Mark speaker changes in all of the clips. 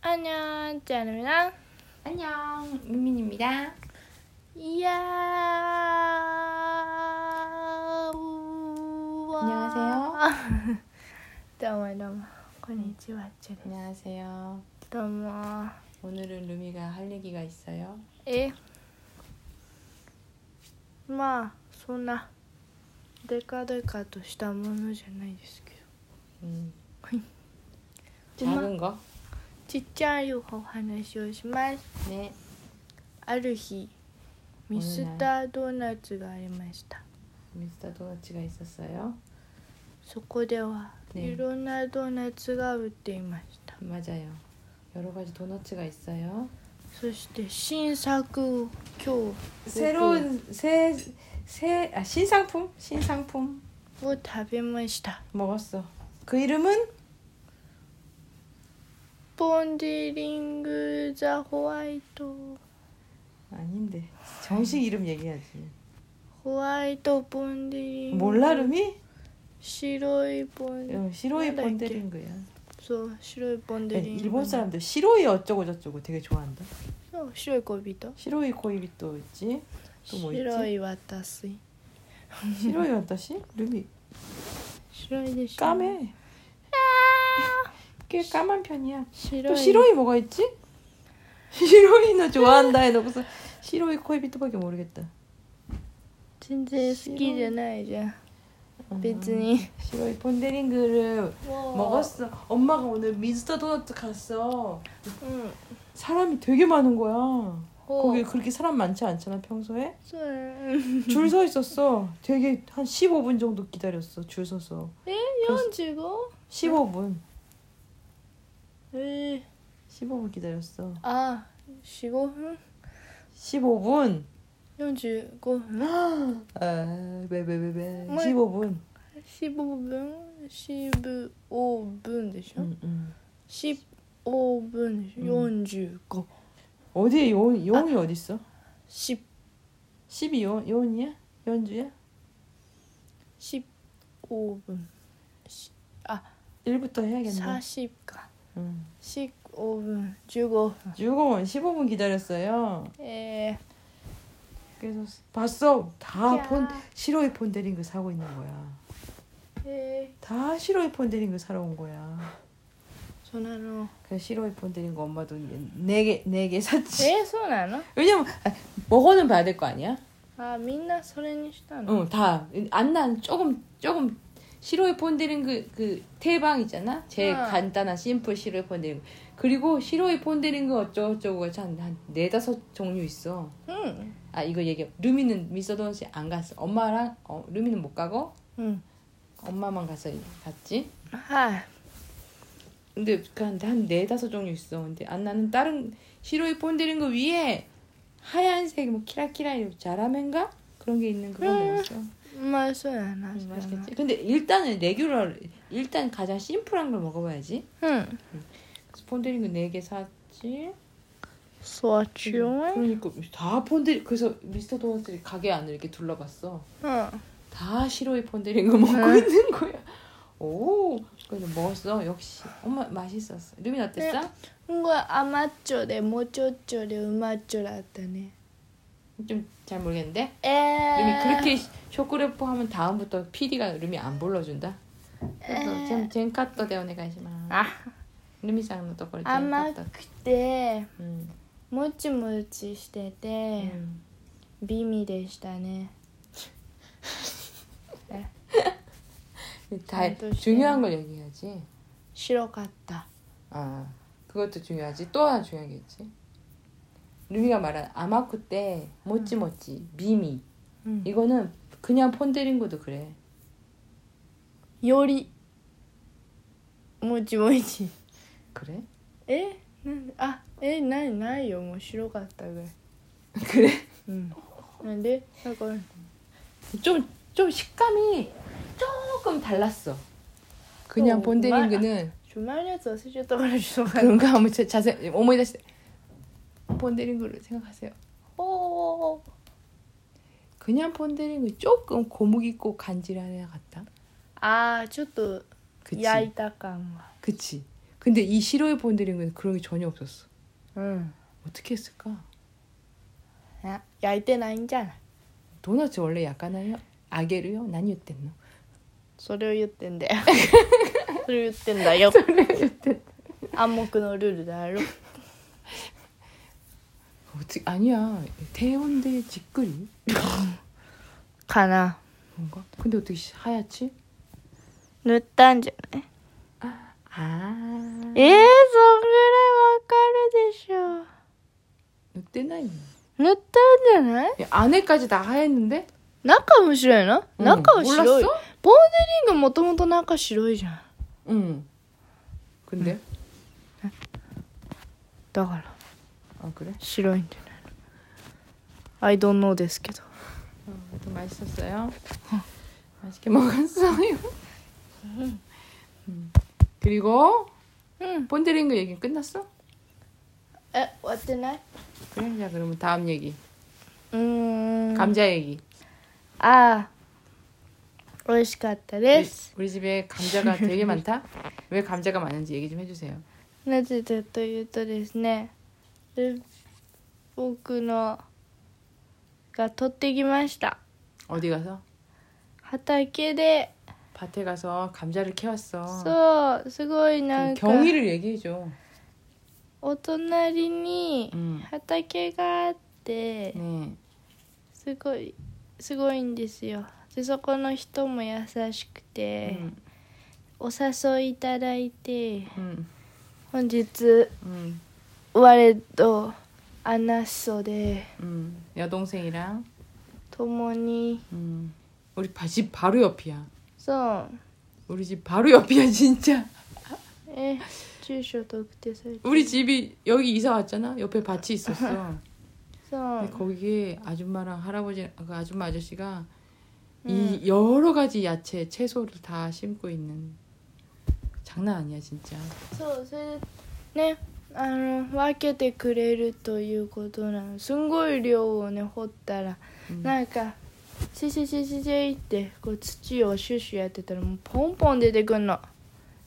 Speaker 1: 안녕, 짜누랑
Speaker 2: 안녕 민민입니다.
Speaker 1: 이야.
Speaker 2: 안녕하세요.
Speaker 1: 너무 너무 건니치와 쯔
Speaker 2: 안녕하세요.
Speaker 1: 너무
Speaker 2: 오늘은 루미가 할 얘기가 있어요.
Speaker 1: 에. 마, 소나. 데카 데카 としたものじゃないですけど.
Speaker 2: 음,
Speaker 1: 정말
Speaker 2: 작은 거?
Speaker 1: ちっちゃいお話をします。
Speaker 2: 네.
Speaker 1: ある日、ミスタードーナツがありました。
Speaker 2: 미스터 도너츠가 있었어요.
Speaker 1: そこでは、
Speaker 2: ね
Speaker 1: いろんなドーナツが売っていました
Speaker 2: 맞아요. 여러 가지 도너츠가 있어요.
Speaker 1: そして新作今
Speaker 2: 새로운 새새아 신상품? 신상품
Speaker 1: 日を食べました
Speaker 2: 먹었어. 그 이름은
Speaker 1: ポンデリング・ザ・ホワイト
Speaker 2: 아닌데. 정식 이름 얘기하지.
Speaker 1: ホワイト・ポンデリング
Speaker 2: 몰라 루미?
Speaker 1: 白いポンデリン
Speaker 2: 어, 시로이
Speaker 1: 몰라, 이렇게.
Speaker 2: 번데링거야.
Speaker 1: そう白いポンデリング
Speaker 2: 일본 사람들 시로이 어쩌고 저쩌고 되게 좋아한다.
Speaker 1: そう白い恋人
Speaker 2: 시로이 코이비또 있지? 또 뭐 있지?
Speaker 1: 白い私
Speaker 2: 시로이 왔다시? 루미
Speaker 1: 白いでしょ
Speaker 2: 까매. 꽤 까만 편이야.
Speaker 1: 白
Speaker 2: 또
Speaker 1: い
Speaker 2: 시로이 뭐가 있지? 시로이는 좋아한다 해놓고서 시로이 코이비토밖에 모르겠다.
Speaker 1: 全然好きじゃないじゃん
Speaker 2: 음,
Speaker 1: 別に
Speaker 2: 시로이 본데링그를 먹었어. 엄마가 오늘 미스터 도넛 갔어.
Speaker 1: うん
Speaker 2: 사람이 되게 많은 거야.
Speaker 1: ほう
Speaker 2: 거기 그렇게 사람 많지 않잖아 평소에.
Speaker 1: そううん
Speaker 2: 줄 서 있었어. 되게 한 15분 정도 기다렸어. 줄 서서.
Speaker 1: 45?
Speaker 2: 15분.
Speaker 1: 에
Speaker 2: 15분 기다렸어.
Speaker 1: 아, 15분?
Speaker 2: 15분.
Speaker 1: 45분?
Speaker 2: 아, 왜왜왜왜
Speaker 1: 뭐-
Speaker 2: 15분.
Speaker 1: 15분? 15분 でしょ
Speaker 2: 응, 응.
Speaker 1: 15분 45
Speaker 2: 어디에 요, 용이 어디 있어?
Speaker 1: 10
Speaker 2: 12 요, 요원이야? 연주야?
Speaker 1: 15분
Speaker 2: 1부터 해야겠네.
Speaker 1: 40가
Speaker 2: 응.
Speaker 1: 15분 15
Speaker 2: 아. 15분 15분 기다렸어요.
Speaker 1: 에
Speaker 2: 그래서 봤어. 다
Speaker 1: 야.
Speaker 2: 폰 시로이 폰데링그 사고 있는 거야.
Speaker 1: 에
Speaker 2: 다 시로이 폰데링그 사러 온 거야.
Speaker 1: 전화로
Speaker 2: 그래서 시로이 폰데링그 엄마도 네개네개 샀지.
Speaker 1: 에? 손 안 와?
Speaker 2: 왜냐면 아, 먹어는 봐야 될 거 아니야?
Speaker 1: 아, 민나 소렌이 시다노
Speaker 2: 응, 어, 다. 안난 조금 조금 시로이 폰데링그 그 태방 있잖아. 제일
Speaker 1: 응.
Speaker 2: 간단한 심플 시로이 폰데링그. 그리고 시로이 폰데링그 어쩌고저쩌고가 한한 네다섯 종류 있어.
Speaker 1: 응.
Speaker 2: 아 이거 얘기. 루미는 미스터 씨안 갔어. 엄마랑 어, 루미는 못 가고
Speaker 1: 응.
Speaker 2: 엄마만 가서 갔지.
Speaker 1: 하.
Speaker 2: 근데 그한한 네다섯 종류 있어. 근데 안나는 다른 시로이 폰데링그 위에 하얀색 뭐 키라키라 이런 자라멘가 그런 게 있는 그거
Speaker 1: 음.
Speaker 2: 먹었어.
Speaker 1: 엄마 손안 와.
Speaker 2: 음, 맛있겠지. 근데 일단은 레귤러 일단 가장 심플한 걸 먹어봐야지.
Speaker 1: 응.
Speaker 2: 그래서 폰데링크 4개 샀지.
Speaker 1: 소아치용?
Speaker 2: 그러니까 다 폰데링 그래서 미스터 도넛들이 가게 안을 이렇게 둘러봤어.
Speaker 1: 응.
Speaker 2: 다 시로이 폰데링크 먹고
Speaker 1: 응.
Speaker 2: 있는 거야. 오, 그래서 먹었어. 역시 엄마 맛있었어. 루민 어땠어?
Speaker 1: 이거 아마쪼래 모쪼쪼래 우마쪼래 왔다 네
Speaker 2: 좀 잘 모르겠는데. 루미
Speaker 1: 에
Speaker 2: 그렇게 쇼크레포 하면 다음부터 PD가 루미 안 불러준다. 그래서 좀 젠카토 대원해가시마.
Speaker 1: 아.
Speaker 2: 루미상의 ところ
Speaker 1: 甘
Speaker 2: 젠카토.
Speaker 1: くて
Speaker 2: 음.
Speaker 1: もちもちしてて、
Speaker 2: 음.
Speaker 1: 美味でしたね
Speaker 2: 다
Speaker 1: 또
Speaker 2: 중요한 걸 얘기해야지.
Speaker 1: 白かった
Speaker 2: 아 그것도 중요하지. 또 하나 중요한 게 있지. 루미가 말한 아마쿠 때 모찌모찌 미미
Speaker 1: うん、
Speaker 2: 이거는 그냥 폰데링고도 그래.
Speaker 1: よりもちもち
Speaker 2: 그래?
Speaker 1: えなんであえないないよもう白かったぐらい
Speaker 2: 그래?
Speaker 1: うんなんでなんか
Speaker 2: 좀 좀 식감이 조금 달랐어. 그냥
Speaker 1: 어,
Speaker 2: 폰데링고는
Speaker 1: ちょ前のやつ忘れちゃったからちょっと
Speaker 2: 그런가 한번 자- 자세 어머니 다시 폰데링고를 생각하세요.
Speaker 1: おー
Speaker 2: 그냥 폰데링고 조금 고무 있고 간질한 애 같다.
Speaker 1: あーちょっと
Speaker 2: 그치?
Speaker 1: 焼いた感が
Speaker 2: 그치? 근데 이 시로이 본드링은 그런 게 전혀 없었어.
Speaker 1: うん。
Speaker 2: 어떻게 했을까?
Speaker 1: あ焼いてないんじゃない
Speaker 2: 도넛이 원래 약간은요? 아게르요? 난이 어땠노?
Speaker 1: それを言ってんだよ それを言ってんだよ暗黙のルールだろ
Speaker 2: 어떻게 아니야 대원대 직거리
Speaker 1: かな
Speaker 2: 뭔가? 근데 어떻게 시- 하얗지?
Speaker 1: 塗ったんじゃない
Speaker 2: 아
Speaker 1: えー、そんぐらいわかるでしょ
Speaker 2: 늑대나이 예,
Speaker 1: 塗ったんじゃない
Speaker 2: 안에까지 다 하였는데?
Speaker 1: 中も白いの、
Speaker 2: 응.
Speaker 1: 中は白い
Speaker 2: 몰랐어?
Speaker 1: ボーデリングもともと中白いじゃん
Speaker 2: 응 근데?
Speaker 1: だから
Speaker 2: 아 그래?
Speaker 1: 白いんじゃないの I don't know ですけど
Speaker 2: 어, 또 맛있었어요? 맛있게 먹었어요 음. 그리고
Speaker 1: うん
Speaker 2: 본드링크 얘기 끝났어?
Speaker 1: え終わってない
Speaker 2: 그래 자 그러면 다음 얘기
Speaker 1: うーん
Speaker 2: 감자 얘기
Speaker 1: ああ美味しかったで
Speaker 2: 우리,
Speaker 1: す
Speaker 2: 우리 집에 감자가 되게 많다? 왜 감자가 많은지 얘기 좀 해주세요
Speaker 1: なぜかというとですねで僕のが取ってきました
Speaker 2: 어디 가서?
Speaker 1: 畑で
Speaker 2: 밭에 가서 감자를 캐왔어. 좀
Speaker 1: そうすごいなんか
Speaker 2: 경위를 얘기해줘.
Speaker 1: お隣に
Speaker 2: 음.
Speaker 1: 畑があって、
Speaker 2: 네.
Speaker 1: すごいすごいんですよでそこの人も優しくて、
Speaker 2: 음,
Speaker 1: お誘いいただいて
Speaker 2: 음,
Speaker 1: 本日
Speaker 2: 음,
Speaker 1: 我とアナッソで
Speaker 2: 음. 여동생이랑
Speaker 1: 共に
Speaker 2: 음. 우리 바- 집 바로 옆이야.
Speaker 1: そう
Speaker 2: 우리 집 바로 옆이야 진짜.
Speaker 1: え住所特定されて
Speaker 2: 우리 집이 여기 이사 왔잖아. 옆에 밭이 있었어.
Speaker 1: そう
Speaker 2: 근데 거기에 아줌마랑 할아버지 그 아줌마 아저씨가
Speaker 1: 음.
Speaker 2: 이 여러 가지 야채 채소를 다 심고 있는 장난 아니야 진짜.
Speaker 1: そうそれでねあの分けてくれるということなのすんごい量をね掘ったら
Speaker 2: 음.
Speaker 1: なんかシシシシシってこう土をシュシュやってたらもうポンポン出てくんの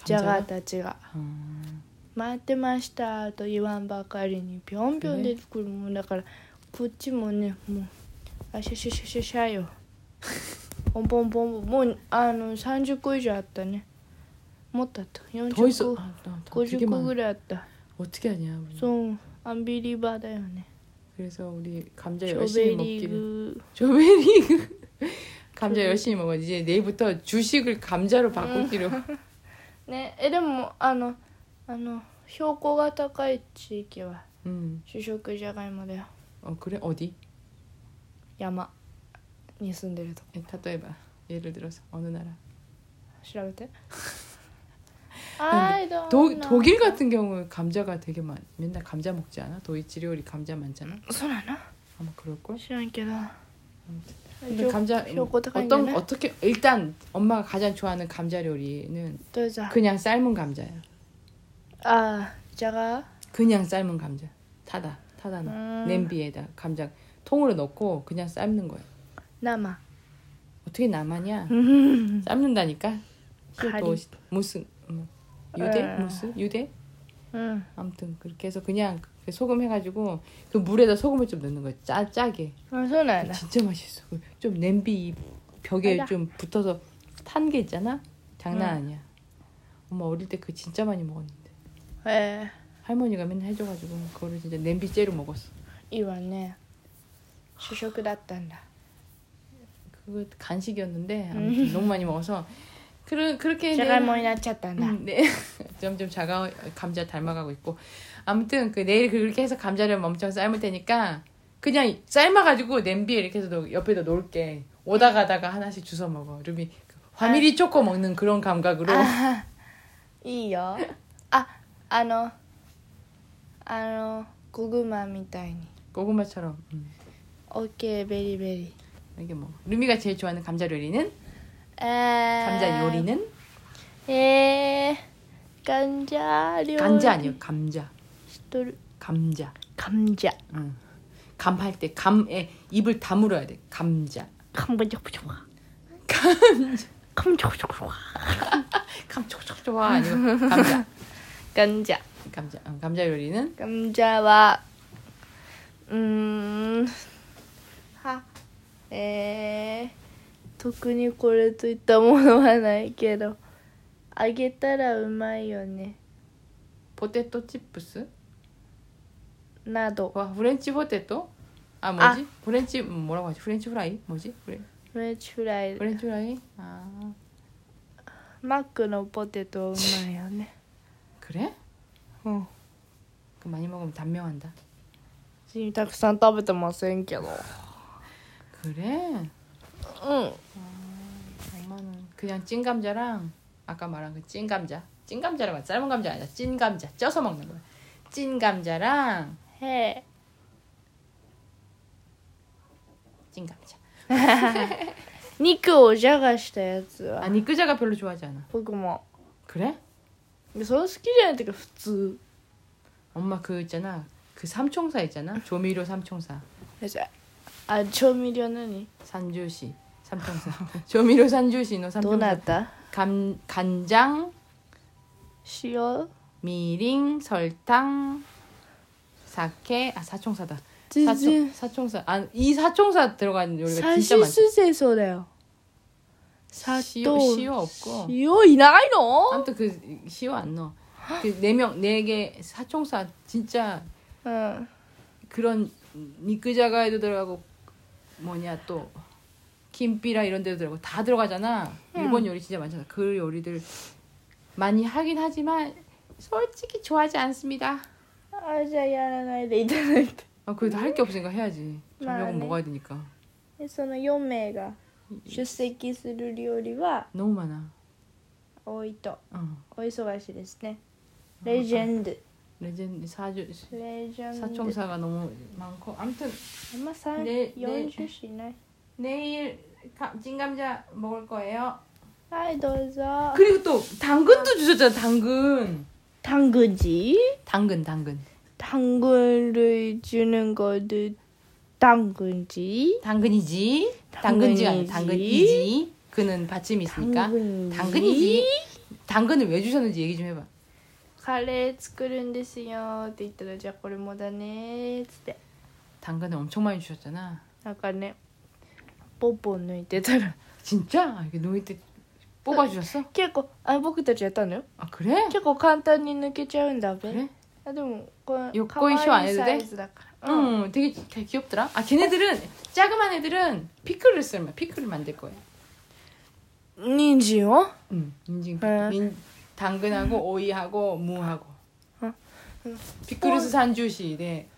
Speaker 1: ジャガー
Speaker 2: 감자가?
Speaker 1: たちが
Speaker 2: 음.
Speaker 1: 「待ってました」と言わんばかりにぴょんぴょん
Speaker 2: ね
Speaker 1: 出てくるもんだからこっちもねもうあシャシャシャシャシャよ ポンポンポンポンもうあの30個以上あったねもっとあった
Speaker 2: 더
Speaker 1: 40
Speaker 2: 있어.
Speaker 1: 個
Speaker 2: 아, 나- 나 되게
Speaker 1: 50個
Speaker 2: 많아.
Speaker 1: ぐらいあった
Speaker 2: 어떻게 하냐 우리.
Speaker 1: そうアンビリバーだよね
Speaker 2: 그래서 우리 감자
Speaker 1: ジョ
Speaker 2: 열심히
Speaker 1: ベリ
Speaker 2: 먹기를
Speaker 1: グ
Speaker 2: 조베리그 감자
Speaker 1: 조베리그.
Speaker 2: 열심히 먹어 이제 내일부터 주식을 감자로 바꾸기로
Speaker 1: 음. ねえでもあのあの標高が高い地域は
Speaker 2: 음.
Speaker 1: 主食じゃがいもだよ
Speaker 2: 어 그래 어디?
Speaker 1: 山に住んでるとこ
Speaker 2: 예, 타또해봐 예를 들어서 어느 나라
Speaker 1: 調べて I don't
Speaker 2: 도,
Speaker 1: know.
Speaker 2: 독일 같은 경우 감자가 되게 많 맨날 감자 먹지 않아? 도이치 요리 감자 많잖아
Speaker 1: そうなの
Speaker 2: 아마 그럴걸?
Speaker 1: 知らんけど
Speaker 2: 근데 감자
Speaker 1: 표- 아, 표고떡
Speaker 2: 어떤
Speaker 1: 아니잖아?
Speaker 2: 어떻게 일단 엄마가 가장 좋아하는 감자 요리는
Speaker 1: どうぞあ
Speaker 2: 그냥 삶은 감자야
Speaker 1: あじゃが
Speaker 2: 그냥 삶은 감자 타다 타다 놔
Speaker 1: 음.
Speaker 2: 냄비에다 감자 통으로 넣고 그냥 삶는 거야
Speaker 1: 生
Speaker 2: 어떻게 남하냐
Speaker 1: うん
Speaker 2: 삶는다니까.
Speaker 1: 음. 가리. 예.
Speaker 2: 또 무슨 음, 유대
Speaker 1: 에.
Speaker 2: 무슨 유대
Speaker 1: うん、
Speaker 2: 아무튼 그렇게 해서 그냥 그 소금 해가지고 그 물에다 소금을 좀 넣는 거야. 짜 짜게.
Speaker 1: あそうなんだ
Speaker 2: 진짜 맛있어. 그좀 냄비 이 벽에
Speaker 1: 아, 맞아.
Speaker 2: 좀 붙어서 탄 게 있잖아. 장난 아니야. 엄마 어릴 때 그 진짜 많이 먹었는데
Speaker 1: え
Speaker 2: 할머니가 맨날 해줘가지고 그거를 진짜 냄비째로 먹었어.
Speaker 1: ー、いいわね主食だったんだ
Speaker 2: 그거 간식이었는데
Speaker 1: 음.
Speaker 2: 아무튼 너무 많이 먹어서 그런 그렇게
Speaker 1: じゃ
Speaker 2: 내가-
Speaker 1: がいもになっちゃったんだ、
Speaker 2: 음, 네. 점점 작아 감자 닮아가고 있고 아무튼 그 내일 그렇게 해서 감자를 엄청 삶을 테니까 그냥 삶아가지고 냄비에 이렇게 해서 놓- 옆에다 놓을게 오다 가다가 하나씩 주워 먹어 루비 그 화미리 초코 먹는 그런 감각으로
Speaker 1: あいいよああのあのゴグマみたいに
Speaker 2: 고구마처럼 음,
Speaker 1: OK ベリーベリー
Speaker 2: 이게 뭐 루미가 제일 좋아하는 감자 요리는
Speaker 1: えー
Speaker 2: 감자 요리는
Speaker 1: えー、ガンジャ料理
Speaker 2: 감자 아니요 감자
Speaker 1: 知っとる
Speaker 2: 감자
Speaker 1: カンジャ
Speaker 2: 응. 감할 때 감에 입을 다물어야 돼 감자
Speaker 1: カンジャ カンジャカンジャカンジャ
Speaker 2: 아, 감 초초 좋아 아니고 감자
Speaker 1: 감자.
Speaker 2: 감자 어, 감자 요리는
Speaker 1: 감자와 음. 하. 에. 特にこれといったものはないけど揚げたらうまいよね
Speaker 2: 포테토 칩스
Speaker 1: など
Speaker 2: 와 프렌치 포테토 아 뭐지 프렌치 음, 뭐라고 하지 프렌치 프라이 뭐지 프레,
Speaker 1: フレンチフライ
Speaker 2: 프렌치 프라이 아
Speaker 1: マックのポテトうまいよね
Speaker 2: 그래
Speaker 1: うん
Speaker 2: 그 많이 먹으면 단명한다
Speaker 1: 私たくさん食べてませんけど
Speaker 2: 그래
Speaker 1: うん
Speaker 2: 엄마는 그냥 찐 감자랑 아까 말한 그 찐 감자 찐 감자라고 하지, 삶은 감자 아니라 찐 감자 쪄서 먹는 거야 찐 감자랑
Speaker 1: へえ
Speaker 2: 찐 감자
Speaker 1: 肉をじゃがしたやつは
Speaker 2: 아니 그 끄자가 별로 좋아하지 않아
Speaker 1: 僕も
Speaker 2: 그래
Speaker 1: それ好きじゃないっていうか普通
Speaker 2: 엄마 그 있잖아 그 삼총사 있잖아 조미료 삼총사
Speaker 1: あ調味料何
Speaker 2: 산주시 삼총사 조미료 산주시노
Speaker 1: どうな
Speaker 2: 삼총사
Speaker 1: った
Speaker 2: 감 간장
Speaker 1: 塩
Speaker 2: 미림 설탕 사케 아 사총사다
Speaker 1: 全
Speaker 2: 사총
Speaker 1: 然
Speaker 2: 사총사 아이 사총사 들어간 요리가
Speaker 1: さ
Speaker 2: 진짜
Speaker 1: し
Speaker 2: 많지
Speaker 1: すせそうだよ砂
Speaker 2: 시오
Speaker 1: 糖
Speaker 2: 시오 없고
Speaker 1: 塩いないの
Speaker 2: 아무튼 그 시오 안 넣어 그 그네명네개 사총사 진짜
Speaker 1: うん
Speaker 2: 그런 미끄자가에도 들어가고 뭐냐 또 김비라 이런 데도 들어가고 다 들어가잖아 일본 요리 진짜 많잖아 그 요리들 많이 하긴 하지만 솔직히 좋아하지 않습니다
Speaker 1: あじゃあやらないでいただいて
Speaker 2: 아 그래도 할 게 없으니까 해야지 저녁은
Speaker 1: 많이.
Speaker 2: 먹어야 되니까
Speaker 1: でその4名が出席する料理は
Speaker 2: 너무 많아
Speaker 1: 多いと
Speaker 2: 어
Speaker 1: お忙しいですねレジェンド
Speaker 2: 레전드 사주
Speaker 1: レジェンド
Speaker 2: 사총사가 너무 많고 아무튼
Speaker 1: あんま三
Speaker 2: ね
Speaker 1: 四十しない
Speaker 2: 내일 가- 찐감자 먹을 거예요
Speaker 1: はいどうぞ
Speaker 2: 그리고 또 당근도 주셨잖아 당근
Speaker 1: 単ぐじ
Speaker 2: 당근 당근
Speaker 1: 당근을 주는 거는 당근지
Speaker 2: 당근이지. 당근지 아니 당근이지. 그는 받침이 있으니까.
Speaker 1: 당근이지.
Speaker 2: 당근이지. 당근을 왜 주셨는지 얘기 좀 해봐.
Speaker 1: カレー作るんですよって言ったらじゃあこれもだねーっつって
Speaker 2: 당근을 엄청 많이 주셨잖아.
Speaker 1: なんかねポンポン抜いてたら
Speaker 2: 진짜? 아, 이게 노이 때 뽑아 주셨어?
Speaker 1: 結構あ僕たちやったのよ
Speaker 2: 아 그래?
Speaker 1: 結構簡単に抜けちゃうんだべ
Speaker 2: 그래?
Speaker 1: あでもこれ
Speaker 2: よっ
Speaker 1: 可
Speaker 2: こいしょ
Speaker 1: 愛
Speaker 2: 안
Speaker 1: い
Speaker 2: 해도
Speaker 1: サ
Speaker 2: 돼
Speaker 1: イズだから
Speaker 2: 응,
Speaker 1: 어.
Speaker 2: 되게 기- 귀엽더라. 아 걔네들은 작은 애들은 피클을 쓸면 피클을 만들 거야.
Speaker 1: 人参を
Speaker 2: 응, 인증 피클.
Speaker 1: 네.
Speaker 2: 인- 당근하고 오이하고 무하고.
Speaker 1: 어?
Speaker 2: 피클에서 산 주시래. 네.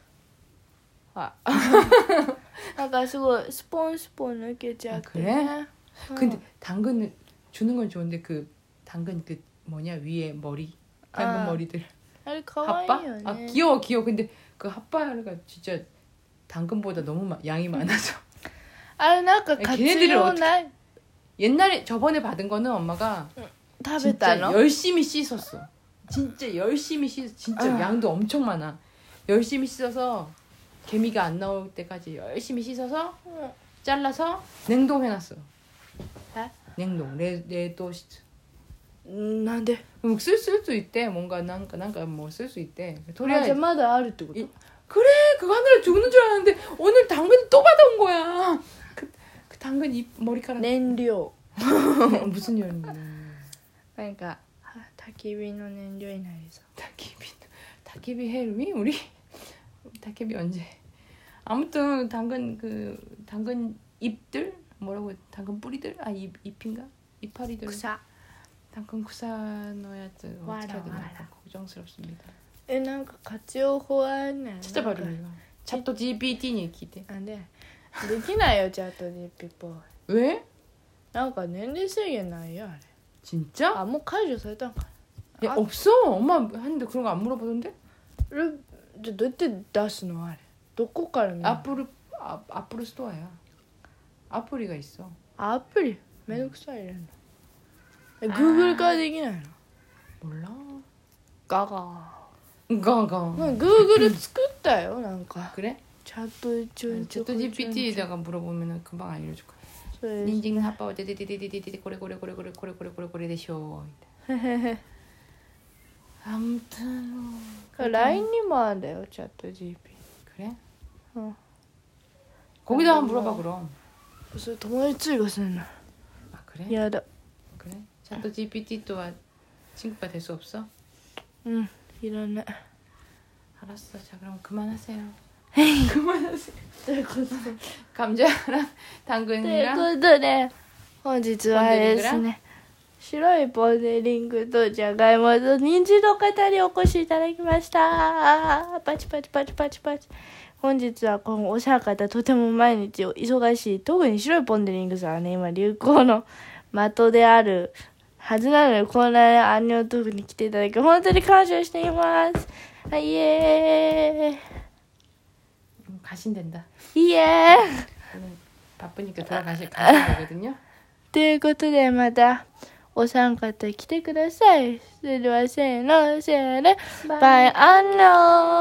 Speaker 2: 아
Speaker 1: なんかすごいスポンスポン抜けちゃってねうん
Speaker 2: 아, 근데 당근을 주는 건 좋은데 그 당근 그 뭐냐 위에 머리
Speaker 1: 아,
Speaker 2: 당근 머리들
Speaker 1: あれ可愛
Speaker 2: 핫바
Speaker 1: いよね
Speaker 2: 아 귀여워 귀여워 근데 그 핫바가 진짜 당근보다 너무 마- 양이 많아서
Speaker 1: あれなんか活用ない
Speaker 2: 옛날에 저번에 받은 거는 엄마가
Speaker 1: 食べた
Speaker 2: 진짜
Speaker 1: の
Speaker 2: 열심히 씻었어 진짜 열심히 씻 진짜
Speaker 1: 아.
Speaker 2: 양도 엄청 많아 열심히 씻어서 개미가 안 나올 때까지 열심히 씻어서
Speaker 1: うん
Speaker 2: 잘라서 냉동해놨어
Speaker 1: 아.
Speaker 2: 냉동 레 레도 시트
Speaker 1: うんなんで
Speaker 2: 그럼 쓸수 있대. 뭔가 난가 난가 뭐 쓸 수 있대.
Speaker 1: あ
Speaker 2: 도리야.
Speaker 1: じゃあまだあるってこと
Speaker 2: い 그래 그거 하느라 죽는 줄 알았는데 오늘 당근 또 받아온 거야. 그, 그 당근 이 머리카락
Speaker 1: 燃料
Speaker 2: 무슨 열이냐.
Speaker 1: なんかは焚き火の燃料になりそう
Speaker 2: 다키비 다키비 헤르미 우리 다키비 언제? 아무튼 당근 그 당근 잎들 뭐라고 당근 뿌리들 아 잎 잎인가 이파리들
Speaker 1: 草
Speaker 2: 당근 구사노야즈 어떻게 해야
Speaker 1: 와라, 음,
Speaker 2: 되나
Speaker 1: 와라.
Speaker 2: 걱정스럽습니다.
Speaker 1: えなんか活用法あんねん
Speaker 2: 진짜
Speaker 1: なんか
Speaker 2: 발음이야. 챗도 GPT니 기대.
Speaker 1: あでできないよチャット GPT
Speaker 2: 왜?
Speaker 1: なんか年齢制限ないよあれ
Speaker 2: 진짜?
Speaker 1: あもう解除されたんか
Speaker 2: 야
Speaker 1: 아. 음.
Speaker 2: 없어. 엄마 했는데 그런 거 안 물어보던데?
Speaker 1: あれじゃあどうやって出すのあれどこから見る
Speaker 2: 아플 아, 아플 스토어야. 아플이가 있어.
Speaker 1: アプリめんどくさいいらんのえ Google からできないの
Speaker 2: 몰라.
Speaker 1: ガガ
Speaker 2: 가가.
Speaker 1: ー Google 作ったよなんか
Speaker 2: 그래?
Speaker 1: チャットちょんちょ
Speaker 2: 챗도 GPT에다가 물어보면은 금방 알려줄 거야.
Speaker 1: それ
Speaker 2: 닌징 하빠 데데데데데데 고래 고래 고래 고래 고래 고래 고래 고래 대쇼. 아무튼 뭐,
Speaker 1: 그 라인이만 한대요 챗도 GP.
Speaker 2: 그래?
Speaker 1: 어. 아, 뭐.
Speaker 2: 거기다 한번 물어봐 그럼.
Speaker 1: 무슨 동아일지가 쓰나?
Speaker 2: 아 그래?
Speaker 1: 야다.
Speaker 2: 그래? 챗도 GPT 또한 친구가 될 수 없어?
Speaker 1: 응. 이러네.
Speaker 2: 알았어. 자 그럼 그만하세요.
Speaker 1: 뜰거다.
Speaker 2: 감자랑 당근이랑
Speaker 1: ということで、本日はあれです
Speaker 2: ポンデリング
Speaker 1: ね。白いポンデリングとじゃがいもと人参の方にお越しいただきました。パチパチパチパチパチ。本日はこのお三方とても毎日忙しい。特に白いポンデリングさんはね、今流行の的であるはずなので、こんなアンニョントークに来ていただき、本当に感謝しています。はい、イエ그
Speaker 2: 음 가신댄다.
Speaker 1: ーイ。イエーイ。
Speaker 2: 저는 바쁘니까 돌아가실 가신거든요.
Speaker 1: ということでまたお三方来てください。それではせーの、せーの、バイアンノー